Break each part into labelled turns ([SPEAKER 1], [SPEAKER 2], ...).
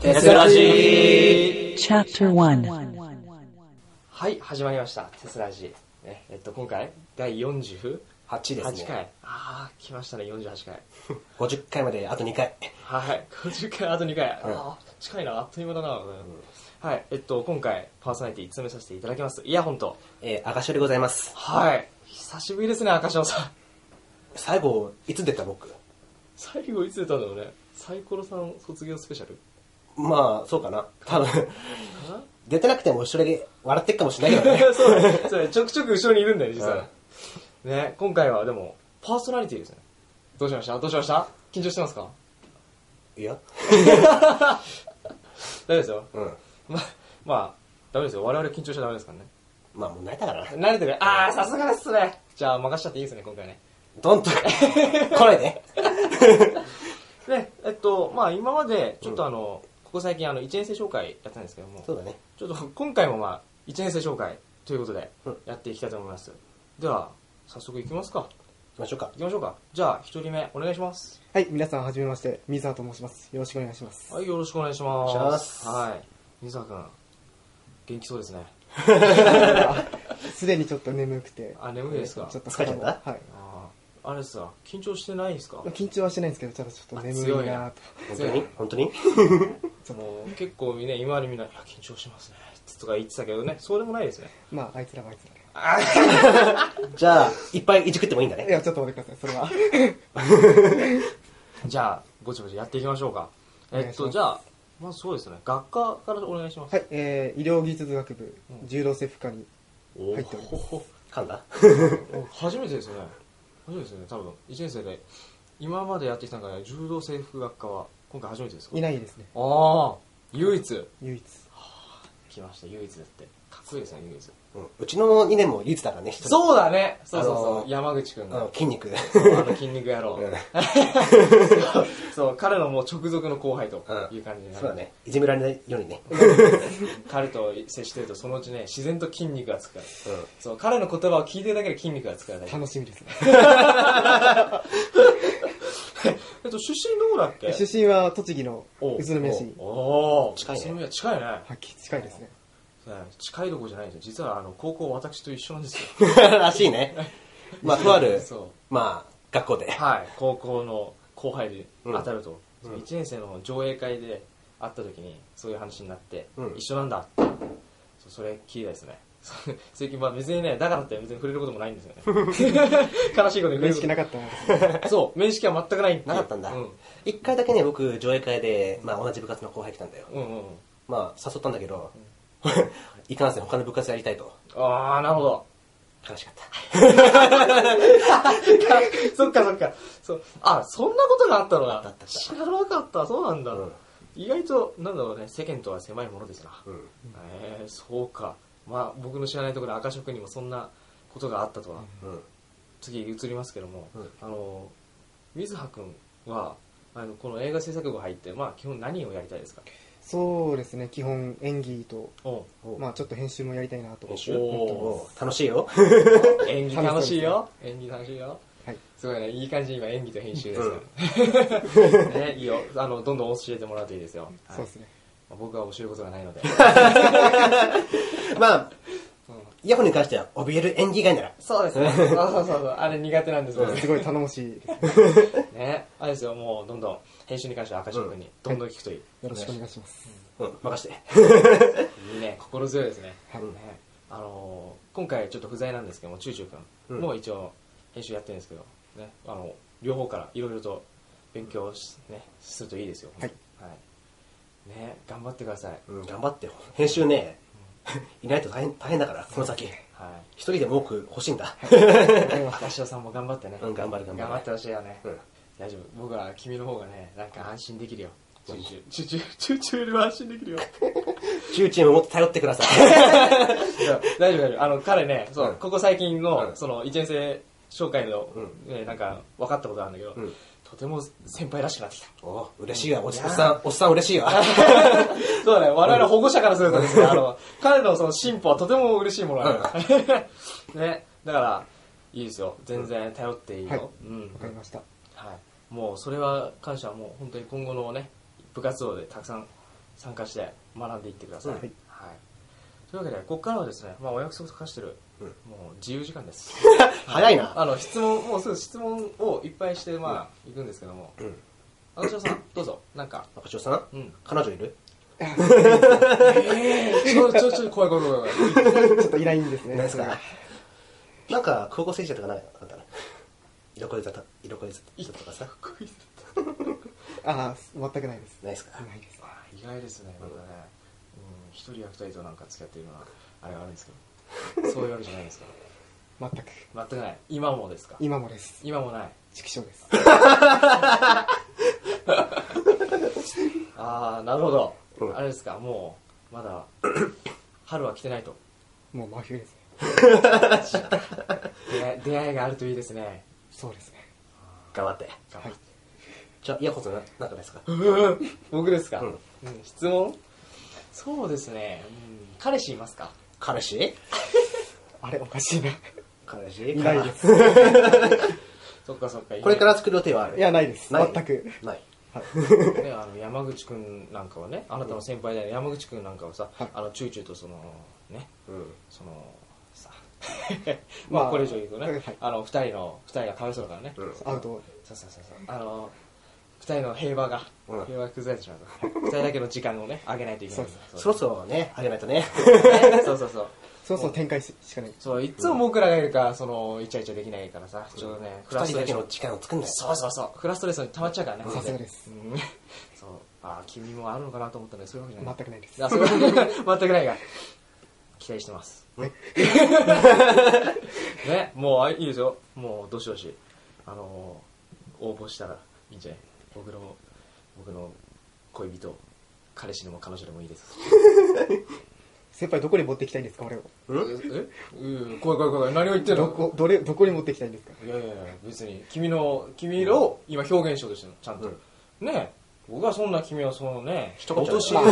[SPEAKER 1] テスラジー
[SPEAKER 2] Chapter 1.
[SPEAKER 1] はい、始まりました。テスラジー。ね、えっと、今回、第48
[SPEAKER 3] 8ですね。
[SPEAKER 1] 回。あー、来ましたね、48回。
[SPEAKER 3] 50回まであと2回。
[SPEAKER 1] はい、50回、あと2回。
[SPEAKER 3] うん
[SPEAKER 1] あー、近いな、あっという間だな。はい、えっと、今回、パーソナリティ務めさせていただきます。イヤホンと。
[SPEAKER 3] えー、赤潮でございます。
[SPEAKER 1] はい。久しぶりですね、赤潮さん。
[SPEAKER 3] 最後、いつ出た僕
[SPEAKER 1] 最後いつ出たんだろうね。サイコロさん卒業スペシャル
[SPEAKER 3] まあ、そうかな。多分、
[SPEAKER 1] かな
[SPEAKER 3] 出てなくても後ろで笑ってっかもしれない けどね。
[SPEAKER 1] そうだねそうだねちょくちょく後ろにいるんだよね、実は。ね、今回はでも、パーソナリティですね。どうしましたどうしました緊張してますか
[SPEAKER 3] いや、
[SPEAKER 1] 大丈夫ですよ。
[SPEAKER 3] うん。
[SPEAKER 1] ま、まあ、ダメですよ。我々緊張しちゃダメですからね。
[SPEAKER 3] まあ、もう慣れたからな。
[SPEAKER 1] 慣れてる。あー、さすがですね。じゃあ、任しちゃっていいですね、今回ね。
[SPEAKER 3] ドンと、来ないで。
[SPEAKER 1] で、えっと、まあ、今まで、ちょっとあの、ここ最近、あの、1年生紹介やったんですけども、
[SPEAKER 3] そうだね。
[SPEAKER 1] ちょっと今回もまあ、1年生紹介ということで
[SPEAKER 3] うん、
[SPEAKER 1] やっていきたいと思います。では、早速いきますか。
[SPEAKER 3] 行きましょうか
[SPEAKER 1] い。きましょうか。じゃあ、1人目、お願いします。
[SPEAKER 4] はい、皆さんはじめまして、水野と申します。よろしくお願いします。
[SPEAKER 1] はい、よろしくお願いします。
[SPEAKER 3] お願いします
[SPEAKER 1] はい。水沢くん、元気そうですね。
[SPEAKER 4] すでにちょっと眠くて。
[SPEAKER 1] あ眠いですか
[SPEAKER 4] ちょっと
[SPEAKER 3] 疲れちゃった
[SPEAKER 4] はい。
[SPEAKER 1] あーあれさ、緊張してないですか
[SPEAKER 4] 緊張はしてないんですけど、ただちょっと眠いなと。
[SPEAKER 3] 本当に本当に
[SPEAKER 1] もう結構みんな今までみんな「いや緊張しますね」とか言ってたけどねそうでもないですね
[SPEAKER 4] まあ、あいつらはあいつらで
[SPEAKER 3] じゃあ、いっぱいいじくってもいいんだ
[SPEAKER 4] い
[SPEAKER 3] ね。
[SPEAKER 4] や、ちょっと待ってください、それは。
[SPEAKER 1] じゃあぼちぼちやっていきましょうか
[SPEAKER 4] お願
[SPEAKER 1] え
[SPEAKER 4] い
[SPEAKER 1] っ
[SPEAKER 4] しま
[SPEAKER 1] と
[SPEAKER 4] す
[SPEAKER 1] じゃあまずそうですね学科からお願いします、
[SPEAKER 4] はい、えー、医療技術学部、柔道整復科に。
[SPEAKER 1] お
[SPEAKER 4] 入っておりま
[SPEAKER 1] お
[SPEAKER 3] 噛んだ
[SPEAKER 1] お初めてですよね初めてですよね多分1年生で今までやってきたのが、ね、柔道制服学科は今回初めてですか
[SPEAKER 4] いないですね、
[SPEAKER 1] ああ唯一
[SPEAKER 4] 唯一。
[SPEAKER 1] 来ました唯一だってかっこいいですね唯一
[SPEAKER 3] うん。うちの2年もリーズだからね、一人
[SPEAKER 1] そうだねそうそうそう、
[SPEAKER 3] あのー
[SPEAKER 1] 山口くん
[SPEAKER 3] う
[SPEAKER 1] が
[SPEAKER 3] ん、筋肉。
[SPEAKER 1] あの筋肉野郎、
[SPEAKER 3] うん
[SPEAKER 1] そう彼のもう直属の後輩と
[SPEAKER 3] うん
[SPEAKER 1] いう感じにな
[SPEAKER 3] そう
[SPEAKER 1] る、
[SPEAKER 3] だね。いじめられないようにね。
[SPEAKER 1] 彼と接してるとそのうちね自然と筋肉がつくから
[SPEAKER 3] うん。
[SPEAKER 1] そう彼の言葉を聞いてるだけで筋肉がつくからね
[SPEAKER 4] 楽しみですね。
[SPEAKER 1] えっと出身どこだっけ
[SPEAKER 4] 出身は栃木の
[SPEAKER 1] お
[SPEAKER 4] 宇都宮市に。
[SPEAKER 1] おお
[SPEAKER 3] 近いね
[SPEAKER 1] 宇都宮近いね
[SPEAKER 4] はっきり近いですね。
[SPEAKER 1] そうだね近いどころじゃないですよ実はあの高校私と一緒なんですよ
[SPEAKER 3] らしいね。まあ、とある、
[SPEAKER 1] そ
[SPEAKER 3] まあ、学校で
[SPEAKER 1] う。はい高校の後輩で当たると、
[SPEAKER 3] うん
[SPEAKER 1] 1年生の上映会で会った時にそういう話になって、
[SPEAKER 3] うん
[SPEAKER 1] 一緒なんだってそうそれっきりですね 最近まあ別にねだからって別に触れることもないんですよ ね悲しいことに触れる
[SPEAKER 4] 面
[SPEAKER 1] こと
[SPEAKER 4] 識なかったもんですね。
[SPEAKER 1] そう、面識は全くないていう
[SPEAKER 3] なかったんだ
[SPEAKER 1] うん。
[SPEAKER 3] 一、回だけね、僕、上映会で、まあ、同じ部活の後輩来たんだよ。
[SPEAKER 1] うんうん。
[SPEAKER 3] まあ、誘ったんだけど、 いかんせん他の部活やりたいと。
[SPEAKER 1] ああ、なるほ ど。
[SPEAKER 3] 悲しかった。
[SPEAKER 1] そっかそっか。そう。あ、そんなことがあったの
[SPEAKER 3] ったあ
[SPEAKER 1] が
[SPEAKER 3] っ。た
[SPEAKER 1] 知らなかった。そうなんだ。
[SPEAKER 3] うん
[SPEAKER 1] 意外と、なんだろうね、世間とは狭いものですな。
[SPEAKER 3] うん。
[SPEAKER 1] えー、そうか。まあ、僕の知らないところで赤色にもそんなことがあったとは。
[SPEAKER 3] うん。
[SPEAKER 1] 次移りますけども、
[SPEAKER 3] うん
[SPEAKER 1] あの、水葉くんは、あの、この映画制作部入って、まあ、基本何をやりたいですか
[SPEAKER 4] そうですね、基本演技と、
[SPEAKER 1] お
[SPEAKER 3] お
[SPEAKER 4] まあ、ちょっと編集もやりたいなと。
[SPEAKER 3] 練習
[SPEAKER 1] お
[SPEAKER 3] お楽しいよ。
[SPEAKER 1] 演技楽しいよ。演技楽しいよ。
[SPEAKER 4] はい。
[SPEAKER 1] すごいね、いい感じに今演技と編集ですよ、 ね、いいよ。あの、どんどん教えてもらっていいですよ。はい
[SPEAKER 4] そうですね。
[SPEAKER 1] 僕は教えることがないので。
[SPEAKER 3] まあ
[SPEAKER 1] うん、
[SPEAKER 3] イヤホンに関しては、怯える演技以外なら。
[SPEAKER 1] そうですね。そうそうそうそう。あれ苦手なんですもんね
[SPEAKER 4] す。ごい頼もしいですね。
[SPEAKER 1] ね。あれですよ、もうどんどん編集に関しては赤色君にどんどん聞くといい。
[SPEAKER 4] よろしくお願いします。
[SPEAKER 3] うん、任して。
[SPEAKER 1] いいね。心強いですね。
[SPEAKER 4] はい
[SPEAKER 1] ねあのー今回ちょっと不在なんですけども、チューチュー君もう一応編集やってるんですけど、ね。あの、両方からいろいろと勉強し、ね、するといいですよ。
[SPEAKER 4] はい。
[SPEAKER 1] はい。ね、頑張ってください。
[SPEAKER 3] うん、頑張ってよ。編集ね、 いないと大変、大変だから、この先。
[SPEAKER 1] はい。
[SPEAKER 3] 一人でも多く欲しいんだ。
[SPEAKER 4] わ かりました。
[SPEAKER 1] 東田さんも頑張ってね。
[SPEAKER 3] うん頑張る頑張る
[SPEAKER 1] 頑張ってほしいよね。
[SPEAKER 3] うん。
[SPEAKER 1] 大丈夫。僕は君の方がね、なんか安心できるよ。チューチュー。チューチュー、チューチューよりは安心できるよ。
[SPEAKER 3] 中チームもっと頼ってくださ い。
[SPEAKER 1] いや大丈夫大丈夫。あの、彼ね、そう、
[SPEAKER 3] うん
[SPEAKER 1] ここ最近の、
[SPEAKER 3] うん
[SPEAKER 1] その、一年生紹介の、
[SPEAKER 3] う
[SPEAKER 1] ね、なんか、分かったことがあるんだけど、
[SPEAKER 3] うん
[SPEAKER 1] とても先輩らしくなってきた。
[SPEAKER 3] お嬉しいわ、おじおっさん、おっさん嬉しいわ。
[SPEAKER 1] そうだね、我々保護者からするとですね、あの、彼のその進歩はとても嬉しいものだね。 ね、だから、いいですよ。全然頼っていいよ。
[SPEAKER 4] はい
[SPEAKER 1] うん
[SPEAKER 4] わ。かりました。
[SPEAKER 1] はい、もうそれは感謝はもう本当に今後のね部活動でたくさん参加して学んでいってください。
[SPEAKER 3] うん
[SPEAKER 1] はい。というわけで、ここからはですね、まあ、お約束と化してる、
[SPEAKER 3] うん
[SPEAKER 1] もう自由時間です。
[SPEAKER 3] 早いな。
[SPEAKER 1] あの、質問、もうすぐ質問をいっぱいして、まあ、行くんですけども、
[SPEAKER 3] うん。
[SPEAKER 1] 赤潮 さん、どうぞ、なんか、
[SPEAKER 3] 中島さん
[SPEAKER 1] うん。
[SPEAKER 3] 彼女いる
[SPEAKER 1] ちょ、ちょ、ちょ、怖い怖い怖い怖い。
[SPEAKER 4] ちょっと依頼んですね。
[SPEAKER 3] ないですか なんか、高校生時代とかないあったな。色恋沙汰、色恋沙汰とかさ。
[SPEAKER 4] ああ、全くないです。
[SPEAKER 3] ないですか
[SPEAKER 4] ないです。
[SPEAKER 1] あ意外ですね、まだね。うん、一人や二人となんか付き合ってるような、あれがあるんですけど、そういうわけじゃないんですか
[SPEAKER 4] 全く。
[SPEAKER 1] 全くない。今もですか
[SPEAKER 4] 今もです。
[SPEAKER 1] 今もない。
[SPEAKER 4] 畜生です。
[SPEAKER 1] ああ、なるほど。
[SPEAKER 3] うん
[SPEAKER 1] あれですか、もう、ま だ、春は来てないと。
[SPEAKER 4] もう真冬ですね。
[SPEAKER 1] 出会い出会いがあるといいですね。
[SPEAKER 4] そうですね。
[SPEAKER 3] 頑張って。
[SPEAKER 1] 頑張って
[SPEAKER 3] じゃあ、イヤホンさん、なんかないですか
[SPEAKER 1] 僕ですか、
[SPEAKER 3] う
[SPEAKER 1] うんん質問そうですね、うん彼氏いますか
[SPEAKER 3] 彼氏
[SPEAKER 4] あれ、おかしいな。
[SPEAKER 3] 彼氏い。
[SPEAKER 4] いないですす。
[SPEAKER 1] そっかそっか。
[SPEAKER 3] これから作る予定はある
[SPEAKER 4] いや、ないです。
[SPEAKER 3] ない
[SPEAKER 4] 全く。
[SPEAKER 3] ない。
[SPEAKER 1] ね、あの山口くんなんかはね、あなたの先輩である山口くんなんかはさ、
[SPEAKER 4] はい
[SPEAKER 1] あの、チューチューとその、ね、
[SPEAKER 3] うん。
[SPEAKER 1] その、さ、まあこれ以上言うとね、
[SPEAKER 4] はい
[SPEAKER 1] あの、二人の、二人がかわいそうだからね。
[SPEAKER 3] うん
[SPEAKER 4] アウト。
[SPEAKER 1] そうそうそうそう。あの、二人の平和が、
[SPEAKER 3] うん
[SPEAKER 1] 平和が崩れてしまうと。二人だけの時間をね、あげないといけない。
[SPEAKER 3] そろそろね、あげないとね。
[SPEAKER 1] ね そうそうそう。
[SPEAKER 4] そろそろ展開ししかない。
[SPEAKER 1] そう、いつも僕らがいるから、その、イチャイチャできないからさ、ちょっとね、フ
[SPEAKER 3] 二
[SPEAKER 1] ラス
[SPEAKER 3] 人
[SPEAKER 1] トレー
[SPEAKER 3] だけ
[SPEAKER 1] ション
[SPEAKER 3] の。時間を作んない。
[SPEAKER 1] そうそうそう、フラストレーションに溜まっちゃうからね、
[SPEAKER 4] さすがです
[SPEAKER 1] うん。そう、ああ、君もあるのかなと思ったんで、そういうわけじゃない。
[SPEAKER 4] 全くないです。
[SPEAKER 1] あ、そういうわけじゃない 全くないが。期待してます。 ね、もう、あいいですよ。もう、どしどし、あのー、応募したらいいんじゃない僕の、僕の恋人、彼氏でも彼女でもいいです。
[SPEAKER 4] 先輩、どこに持ってきたいんですか、俺を。
[SPEAKER 1] えうん、怖い怖い怖い。何を言ってん
[SPEAKER 4] ど
[SPEAKER 1] の
[SPEAKER 4] こ、どれ、どこに持ってきたいんですか。
[SPEAKER 1] いやいやいや、別に、君の、君を今表現しようとしてるの、ちゃんと。ねえ、僕はそんな君はそのね、
[SPEAKER 3] 一言
[SPEAKER 1] 落とし、
[SPEAKER 3] まあ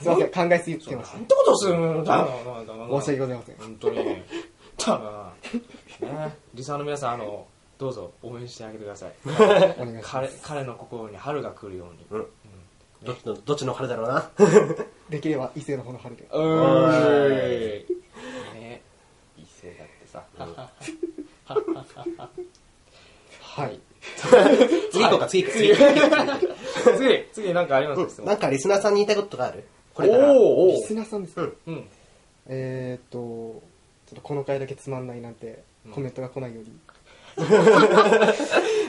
[SPEAKER 4] すいません、考えすぎてまし
[SPEAKER 1] なんてことするのだな、だな、だな。
[SPEAKER 4] た。申し訳ございま せん。
[SPEAKER 1] 本当に。だな。ねリサの皆さん、あの、どうぞ応援してあげてくだ さい。
[SPEAKER 4] お願いします。
[SPEAKER 1] 彼、彼の心に春が来るように。
[SPEAKER 3] うん。どっちの、どっちの春だろうな。
[SPEAKER 4] できれば、異性の方の春で。
[SPEAKER 1] うーい。ね異性だってさ。
[SPEAKER 4] はい。
[SPEAKER 3] 次行こうか、次行こう次行こ
[SPEAKER 1] 次、次なんかありますか質
[SPEAKER 3] う。
[SPEAKER 1] 問
[SPEAKER 3] なんかリスナーさんに言いたいことがあるこれか
[SPEAKER 1] お
[SPEAKER 3] ら。
[SPEAKER 1] ー
[SPEAKER 4] リ
[SPEAKER 1] お
[SPEAKER 4] ス
[SPEAKER 1] ー
[SPEAKER 4] ナーさんですか。
[SPEAKER 1] うん。
[SPEAKER 4] えーっと、ちょっとこの回だけつまんないなんて、コメントが来ないより。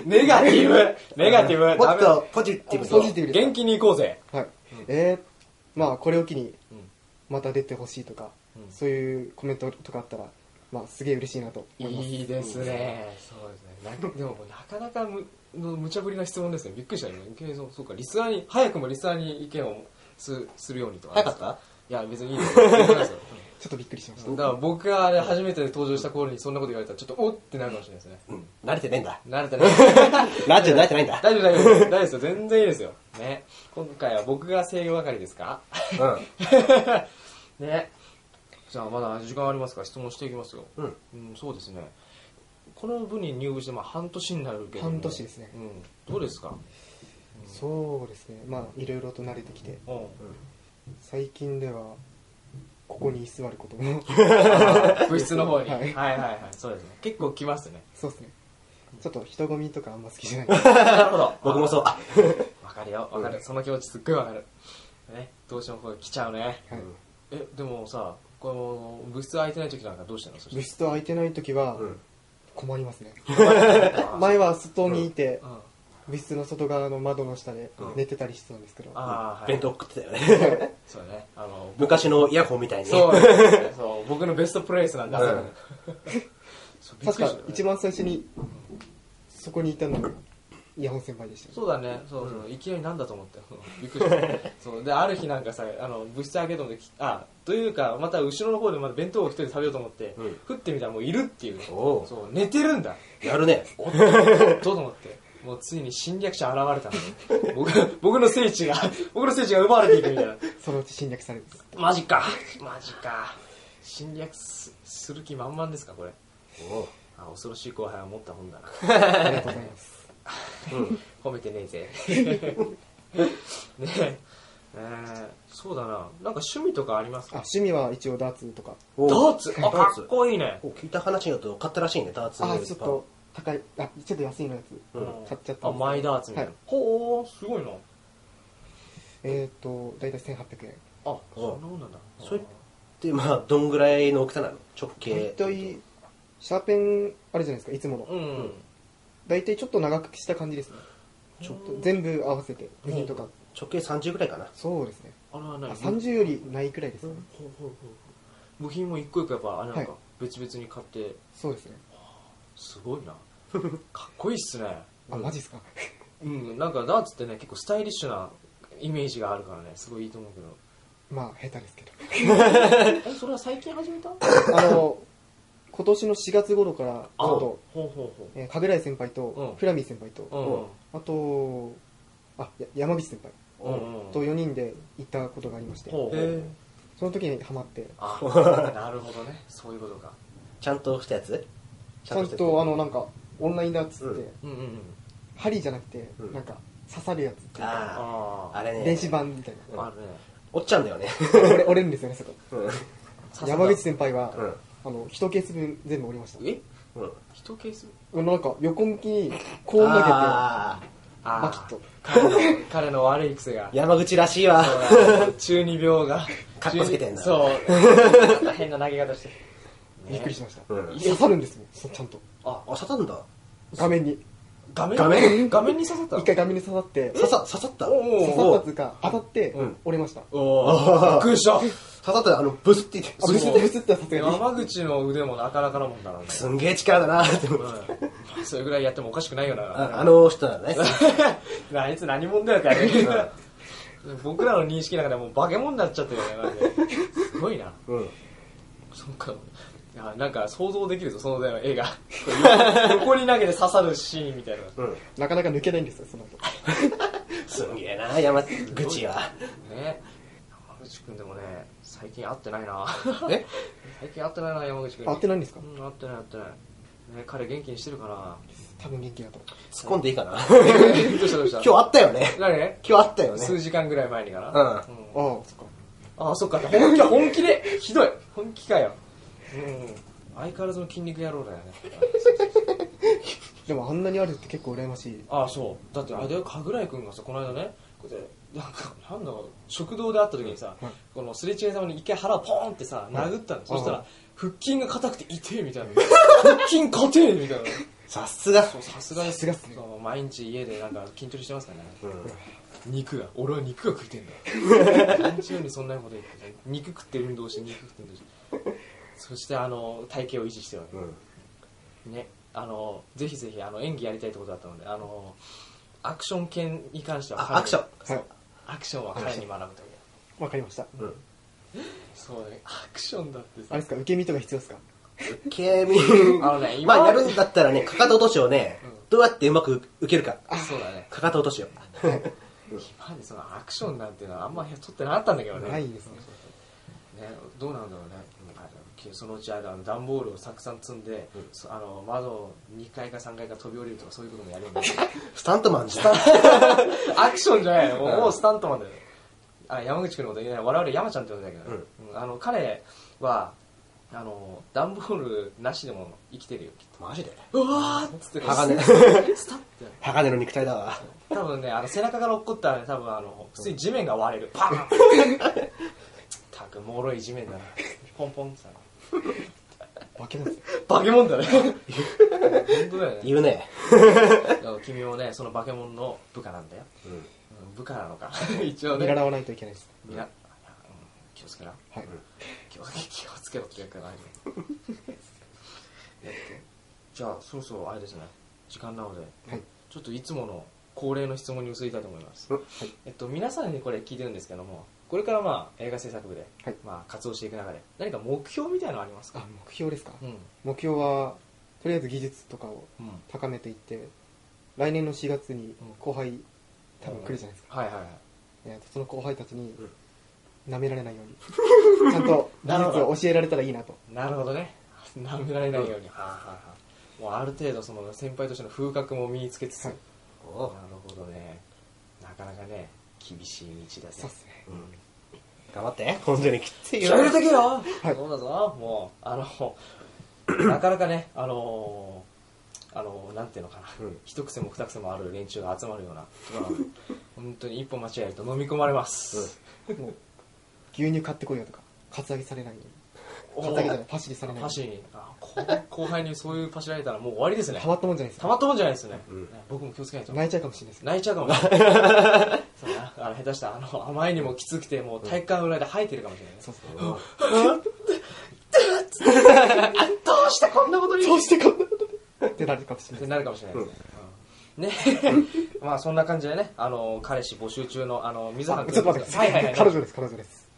[SPEAKER 1] ネガティブネガティブ
[SPEAKER 3] も
[SPEAKER 1] ダ
[SPEAKER 3] っ
[SPEAKER 1] メだ
[SPEAKER 3] とポジティブ
[SPEAKER 4] ポ
[SPEAKER 3] に
[SPEAKER 4] ジティブです
[SPEAKER 1] 元気に行こうぜ
[SPEAKER 4] はい。えー、まあ、これを機に
[SPEAKER 1] ん、
[SPEAKER 4] また出てほしいとか、
[SPEAKER 1] うん
[SPEAKER 4] そういうコメントとかあったら、まあ、すげえ嬉しいなと思います。
[SPEAKER 1] いいですねそうですねなんかでももうなかなかむの無茶ぶりな質問ですねびっくりした今けそうそうかリスナーに早くもリスナーに意見をすするようにとか
[SPEAKER 3] 早かった
[SPEAKER 1] いや別にいいですよ全然いいですよ
[SPEAKER 4] ちょっとびっくりしまし
[SPEAKER 1] うんだから僕があれ初めて登場した頃にそんなこと言われたらちょっとおってなるかもしれないですね
[SPEAKER 3] うん。慣れてないんだ。
[SPEAKER 1] 慣れてない
[SPEAKER 3] ラジオ慣れてないんだ。
[SPEAKER 1] 大丈夫大丈夫大丈夫ですよ全然いいですよね今回は僕が制御係ですか
[SPEAKER 3] う
[SPEAKER 1] ねじゃあまだ時間ありますから質問していきますよ
[SPEAKER 3] ん。うん。
[SPEAKER 1] うん、そうですね。この部に入部してまあ半年になるけども。
[SPEAKER 4] 半年ですね
[SPEAKER 1] うん。どうですか
[SPEAKER 4] た。そうですね。まあ、いろいろと慣れてきて、
[SPEAKER 1] うん。
[SPEAKER 4] 最近では、ここに居座ることも、
[SPEAKER 1] 部室の方に。
[SPEAKER 4] は
[SPEAKER 1] はいいはいはい。そうですね。結構来ますね。
[SPEAKER 4] そうですね。ちょっと人混みとかあんま好きじゃない。
[SPEAKER 1] なるほど。
[SPEAKER 3] 僕もそう。あ、
[SPEAKER 1] わかるよ。わかる。その気持ちすっごいわかる。ね。どうしてもこれ来ちゃうね。
[SPEAKER 4] はい、
[SPEAKER 1] え、でもさ、この部室空いてない時なんかどうしてんのそ
[SPEAKER 4] 部
[SPEAKER 1] して。
[SPEAKER 4] 室空いてない時は
[SPEAKER 3] うん。
[SPEAKER 4] 困りますね、
[SPEAKER 1] あ
[SPEAKER 4] 前は外にいて
[SPEAKER 1] う、ん。あ
[SPEAKER 4] 部室の外側の窓の下で
[SPEAKER 3] うん
[SPEAKER 4] 寝てたりしてたんですけど、
[SPEAKER 1] あー、はい。
[SPEAKER 3] 弁当。食ってたよね。
[SPEAKER 1] そうね。あの、
[SPEAKER 3] 昔のイヤホンみたいに。
[SPEAKER 1] そうですね そう。僕のベストプレイスなんだ。
[SPEAKER 3] うん
[SPEAKER 1] そうびっくり
[SPEAKER 4] 確か
[SPEAKER 1] したよね
[SPEAKER 4] 一番最初にそこにいたのがイヤホン先輩でしたよ
[SPEAKER 1] そうだね、そうそう、いきなりなんだと思って、 びっくりした。そう、で、ある日なんかさ、あの、物質開けたので、きあ、というか、また後ろの方でまた弁当を一人で食べようと思って、
[SPEAKER 3] うん
[SPEAKER 1] ふってみたらもういるっていう。
[SPEAKER 3] おう
[SPEAKER 1] そう、寝てるんだ。
[SPEAKER 3] やるね。
[SPEAKER 1] おっと、おっとと思って。もうついに侵略者現 れたの。僕、僕の聖地が、僕の聖地が奪われていくみたいな。
[SPEAKER 4] そのうち侵略される
[SPEAKER 1] マジか。マジか。侵略すする気満々ですか、これ。
[SPEAKER 3] おう
[SPEAKER 1] あ、恐ろしい後輩は持った本だな。
[SPEAKER 4] ありがとうございます
[SPEAKER 3] うん。
[SPEAKER 1] 褒めてねえぜ。ねええー、そうだな。なんか趣味とかあります
[SPEAKER 4] あ
[SPEAKER 1] か
[SPEAKER 4] 趣味は一応ダーツとか
[SPEAKER 3] ダ
[SPEAKER 1] ダーツあ、かっこいいね。
[SPEAKER 3] 聞いた話によると買ったらしいねダーツ
[SPEAKER 4] あちょっと高いあちょっと安いのやつ、
[SPEAKER 3] うん
[SPEAKER 4] 買っちゃった
[SPEAKER 1] あ、マイダーツみたいな
[SPEAKER 4] はい。
[SPEAKER 1] ほー、すごいな。
[SPEAKER 4] えっ、ー、と大体1800円
[SPEAKER 1] あ、そんなもんなんだ。
[SPEAKER 3] それでまあどんぐらいの大きさなの直
[SPEAKER 4] 大
[SPEAKER 3] 径
[SPEAKER 4] 体シャーペンあるじゃないですかいつも
[SPEAKER 1] う
[SPEAKER 4] の
[SPEAKER 1] ん。
[SPEAKER 4] 大体ちょっと長くした感じですね
[SPEAKER 1] ちょっ
[SPEAKER 4] 全部合わせて部品とか
[SPEAKER 3] 直径30ぐらいかな
[SPEAKER 4] そうですね
[SPEAKER 1] あれは
[SPEAKER 4] あ
[SPEAKER 1] 何
[SPEAKER 4] 30よりないくらいですね
[SPEAKER 1] ほうほうほうほう部品も一個一個やっぱあれなんか
[SPEAKER 4] は
[SPEAKER 1] 別々に買って
[SPEAKER 4] そうですね
[SPEAKER 1] すごい なかっこいいっすね
[SPEAKER 4] あマジっすか
[SPEAKER 1] うんなんかダーツってね結構スタイリッシュなイメージがあるからねすごいいいと思うけど
[SPEAKER 4] まあ下手ですけど
[SPEAKER 1] えそれは最近始めた
[SPEAKER 4] あの今年の4月頃からち
[SPEAKER 1] あ
[SPEAKER 4] ょっ
[SPEAKER 1] ほ
[SPEAKER 4] と
[SPEAKER 1] うほうほ
[SPEAKER 4] えー神楽井先輩
[SPEAKER 1] うん
[SPEAKER 4] とフラミー先輩
[SPEAKER 1] うう
[SPEAKER 4] と
[SPEAKER 1] ん
[SPEAKER 4] あとあや山口先輩
[SPEAKER 1] うんうん
[SPEAKER 4] と4人で行ったことがありまして
[SPEAKER 1] ほうほ
[SPEAKER 3] へ
[SPEAKER 1] う
[SPEAKER 3] ー
[SPEAKER 4] その時にハマって
[SPEAKER 1] あなるほどねそういうことか
[SPEAKER 3] ちゃんとしたやつ
[SPEAKER 4] ちゃんとあのなんかオンラインダーツって
[SPEAKER 3] うん
[SPEAKER 1] うんうんうん
[SPEAKER 4] 針じゃなくて
[SPEAKER 3] うん
[SPEAKER 4] なんか刺さるやつっていうか
[SPEAKER 3] あ
[SPEAKER 1] ああ
[SPEAKER 3] ああれね
[SPEAKER 4] 電子版みたいな
[SPEAKER 1] あるね
[SPEAKER 3] おっちゃんだよね
[SPEAKER 4] 折れ折れるんですよねそこ
[SPEAKER 3] うんうん
[SPEAKER 4] 山口先輩は、
[SPEAKER 3] うん
[SPEAKER 4] あの一ケース分全部折りました
[SPEAKER 1] え
[SPEAKER 3] うん
[SPEAKER 1] 一ケース
[SPEAKER 4] なんか横向きにこう投げて
[SPEAKER 3] あ
[SPEAKER 1] あー
[SPEAKER 4] バキッと
[SPEAKER 1] 彼の彼の悪い癖が
[SPEAKER 3] ー山口らしいわ
[SPEAKER 1] 中二病が。
[SPEAKER 3] かっこつけてんだ
[SPEAKER 1] そう。変な投げ方して。
[SPEAKER 4] びっくりしました、
[SPEAKER 3] うん
[SPEAKER 4] 刺さるんですもんそちゃんと
[SPEAKER 1] あ、
[SPEAKER 3] あ刺さるんだ
[SPEAKER 4] 画面に
[SPEAKER 1] 画面
[SPEAKER 3] 画面
[SPEAKER 1] 画面に刺さった
[SPEAKER 4] 一回画面に刺さって
[SPEAKER 3] 刺さ刺さった
[SPEAKER 1] おうお
[SPEAKER 4] 刺
[SPEAKER 1] う
[SPEAKER 4] さったっていうか当たって
[SPEAKER 3] うん
[SPEAKER 4] 折れました、
[SPEAKER 1] おー、びっくりした。
[SPEAKER 3] 刺さったあのブスって言って
[SPEAKER 4] あブスってブスってはさすがに
[SPEAKER 1] 山口の腕もなかなかなもんだな。
[SPEAKER 3] すんげえ力だなって思って
[SPEAKER 1] うんそれぐらいやってもおかしくないよ
[SPEAKER 3] あ
[SPEAKER 1] な。
[SPEAKER 3] あの人だね
[SPEAKER 1] あいつ何者だよってあれ。僕らの認識の中ではもう化け物になっちゃってるよね、マジで。すごいな。
[SPEAKER 3] うん
[SPEAKER 1] そっか。いやなんか想像できるぞ、その絵が。横に投げて刺さるシーンみたいな。
[SPEAKER 3] うん
[SPEAKER 4] なかなか抜けないんですよその後
[SPEAKER 3] すんげえな山口は
[SPEAKER 1] ね山口くんでもね最近会ってないな
[SPEAKER 3] え
[SPEAKER 1] 最近会ってないな山口くん
[SPEAKER 4] あ会ってないんですか
[SPEAKER 1] うん会ってない会ってないね彼元気にしてるかな
[SPEAKER 4] 多分元気だと
[SPEAKER 3] 突っ込んでいいかな
[SPEAKER 1] どうしたどうした
[SPEAKER 3] 今日あったよね
[SPEAKER 1] 何ね
[SPEAKER 3] 今日あったよね
[SPEAKER 1] 数時間ぐらい前にかな、
[SPEAKER 3] うん
[SPEAKER 4] 思うああそっか
[SPEAKER 1] ああそっか本気本気で ひどい本気かようん相変わらずの筋肉野郎だよね
[SPEAKER 4] でもあんなにあるって結構羨ましい
[SPEAKER 1] ああそうだってあれだよ神楽井君がさこの間ねこうやってなんかなんだろう食堂で会った時にさ、
[SPEAKER 4] はい
[SPEAKER 1] このすれ違いざまに一回腹をポーンってさ殴ったの、そした
[SPEAKER 4] う
[SPEAKER 1] ら
[SPEAKER 4] ん
[SPEAKER 1] 腹筋が硬くて痛えみたいな腹筋硬えみたいな
[SPEAKER 3] さすが
[SPEAKER 1] そう さすがに
[SPEAKER 4] さすがっすね
[SPEAKER 1] そう毎日家でなんか筋トレしてますからね
[SPEAKER 3] うん
[SPEAKER 1] 肉が俺は肉が食いてんだ毎日のようにそんなこと言ってね肉食ってる運動をして肉食ってる運動をしてそしてあの体型を維持してるわけ
[SPEAKER 3] うん
[SPEAKER 1] ね、あのぜひぜひあの演技やりたいってことだったのであのアクション系に関しては彼
[SPEAKER 3] あアクション
[SPEAKER 4] はい
[SPEAKER 1] アクションは彼に学ぶという
[SPEAKER 4] わかりました
[SPEAKER 3] うん
[SPEAKER 1] そうねアクションだって
[SPEAKER 4] あ
[SPEAKER 1] さ
[SPEAKER 4] れですか受け身とか必要ですか
[SPEAKER 3] ケミ
[SPEAKER 1] あのね今
[SPEAKER 3] まあやるんだったらねかかと落としをね
[SPEAKER 1] うん
[SPEAKER 3] どうやってうまく受けるか
[SPEAKER 1] そうだね
[SPEAKER 3] かかと落としを
[SPEAKER 1] 今までそのアクションなんていうのはあんまり取ってなかったんだけどね
[SPEAKER 4] ないですね
[SPEAKER 1] ねどうなんだろうね、うんあのそのうちあの段ボールをたくさん積んで、そあの窓を2階か3階か飛び降りるとかそういうこともやるんだけど
[SPEAKER 3] スタントマンじゃん
[SPEAKER 1] アクションじゃないよもう,、
[SPEAKER 3] うん
[SPEAKER 1] もうスタントマンだよあ山口君のこと言えない我々山ちゃんって呼んだけど、ねうんあの彼はあの段ボールなしでも生きてるよきっ
[SPEAKER 3] マジで
[SPEAKER 1] とうわーっつって
[SPEAKER 3] 鋼
[SPEAKER 1] スタッて
[SPEAKER 3] 鋼の肉体だわ
[SPEAKER 1] 多分ねあの背中から落っこったらね多分あの普通に地面が割れるパン ったくもろい地面だなポンポンってさ
[SPEAKER 4] 化け物ですよ
[SPEAKER 1] 化け物だね本当だよね
[SPEAKER 3] 言うね
[SPEAKER 1] だから君もねその化け物の部下なんだよ、
[SPEAKER 3] うん
[SPEAKER 1] うん部下なのか 一応ね
[SPEAKER 4] 見習わないといけないです
[SPEAKER 1] みんなうん気をつけな
[SPEAKER 4] はい
[SPEAKER 1] 気をつけ気をつけろって言うからえっとじゃあそろそろあれですね時間なので
[SPEAKER 4] はい
[SPEAKER 1] ちょっといつもの恒例の質問に移りたいと思います、
[SPEAKER 3] うん
[SPEAKER 1] えっと、皆さんにこれ聞いてるんですけどもこれからまあ映画制作部で、
[SPEAKER 4] はい
[SPEAKER 1] まあ、活動していく中で何か目標みたいなのありますか
[SPEAKER 4] あ目標ですか
[SPEAKER 1] うん、
[SPEAKER 4] 目標はとりあえず技術とかを
[SPEAKER 1] うん、
[SPEAKER 4] 高めていって来年の4月に
[SPEAKER 1] うん
[SPEAKER 4] 後輩多分来るじゃないですか、
[SPEAKER 1] はいはいはい
[SPEAKER 4] えーとその後輩たちに
[SPEAKER 3] うん
[SPEAKER 4] 舐められないようにちゃんと技術を教えられたらいいなと
[SPEAKER 1] なるほどね舐められないように、はあはあはあもうある程度その先輩としての風格も身につけつつ、
[SPEAKER 4] はい
[SPEAKER 1] な
[SPEAKER 3] お
[SPEAKER 1] るほどねなかなかね厳しい道だぜ
[SPEAKER 4] そうっすね
[SPEAKER 3] 頑張って本当にきついよ
[SPEAKER 1] 喋るだけよ、そうだぞもうあの なかなかねあのーあのーなんていうのかな、
[SPEAKER 3] うん
[SPEAKER 1] 一癖も二癖もある連中が集まる ようなところなので本当に一歩間違えると飲み込まれます、
[SPEAKER 4] もう牛乳買ってこいよとかカツアゲされないよう
[SPEAKER 1] お
[SPEAKER 4] に
[SPEAKER 1] ー
[SPEAKER 4] カツアゲじゃないパシリされないよう
[SPEAKER 1] パ
[SPEAKER 4] に
[SPEAKER 1] シにあこ後輩にそういうパシられたらもう終わり ですね
[SPEAKER 4] たまったもんじゃないです
[SPEAKER 1] たま
[SPEAKER 4] よ
[SPEAKER 1] ったもんじゃないですね、
[SPEAKER 3] うん
[SPEAKER 1] ね僕も気をつけないと
[SPEAKER 4] 泣いちゃうかもしれないです
[SPEAKER 1] 泣いちゃうかもしれないそうだなあの下手したらあのあまりにもきつくてもう体育館裏で吐いてるかもしれないね、
[SPEAKER 4] そうそう
[SPEAKER 1] どうしてこんなことに
[SPEAKER 4] どうしてこんなことでってなるかもしれ
[SPEAKER 1] って
[SPEAKER 4] ない
[SPEAKER 1] なるかもしれないですね。ね、まあそんな感じでね、あの彼氏募集中のあの水
[SPEAKER 4] ちょ
[SPEAKER 1] 原
[SPEAKER 4] っ
[SPEAKER 1] 君。
[SPEAKER 4] と待ってくださ
[SPEAKER 1] はいはいはいい。
[SPEAKER 4] 彼女です彼女です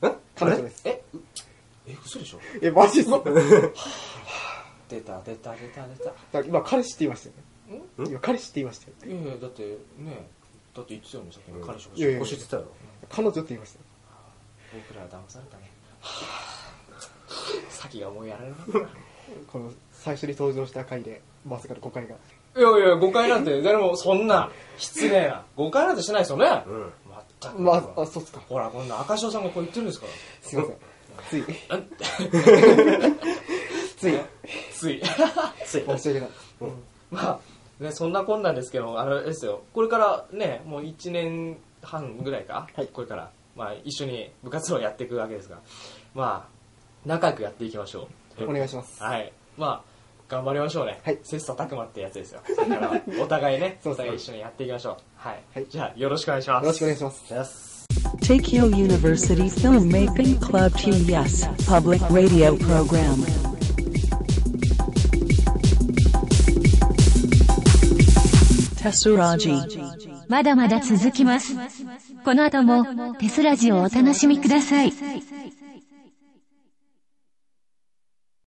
[SPEAKER 4] 彼女です
[SPEAKER 1] え、うえ嘘でしょ。
[SPEAKER 4] えマジっすか
[SPEAKER 1] 出た出た出た出た。
[SPEAKER 4] 今彼氏って言いましたよね
[SPEAKER 3] ん
[SPEAKER 4] 今彼氏って言いましたよね
[SPEAKER 1] いやいやだってね、だって言ってたよねさっきの彼氏募
[SPEAKER 4] いやい
[SPEAKER 1] 集。
[SPEAKER 4] や
[SPEAKER 3] 教えてたよ
[SPEAKER 4] 彼女って言いましたよ
[SPEAKER 1] 僕らは騙されたね。先がもうやられる
[SPEAKER 4] この最初に登場した回でまさかの5回が
[SPEAKER 1] いやいや誤解なんて誰もそんな失礼な誤解なんてしないですよね。
[SPEAKER 3] うん
[SPEAKER 1] まったく。
[SPEAKER 4] まああそうっすか
[SPEAKER 1] ほらこんな赤潮さんがこう言ってるんですから。
[SPEAKER 4] すいませんつい
[SPEAKER 1] つ
[SPEAKER 4] つい
[SPEAKER 1] い。
[SPEAKER 3] つい
[SPEAKER 4] 申し訳ない
[SPEAKER 1] まあ、ね、そんなこんなんですけど、あれですよ、これからね、もう1年半ぐらいか、
[SPEAKER 4] はい
[SPEAKER 1] これから、まあ、一緒に部活をやっていくわけですが、まあ、仲良くやっていきましょう。
[SPEAKER 4] お願いします
[SPEAKER 1] はい。まあ、頑張りましょうね。
[SPEAKER 4] はい
[SPEAKER 1] 切磋琢磨ってやつですよ。それからは、お互いね、
[SPEAKER 4] そう
[SPEAKER 1] お
[SPEAKER 4] ですね
[SPEAKER 1] 互い一緒にやっていきましょう。はい。
[SPEAKER 4] はい
[SPEAKER 1] じゃあ、よろしくお願いします。
[SPEAKER 4] よろしくお願いします
[SPEAKER 2] Tokyo University Filmmaking Club TES Public Radio Program. Tesuraji.
[SPEAKER 5] まだまだ続きます。この後もテスラジをお楽しみください。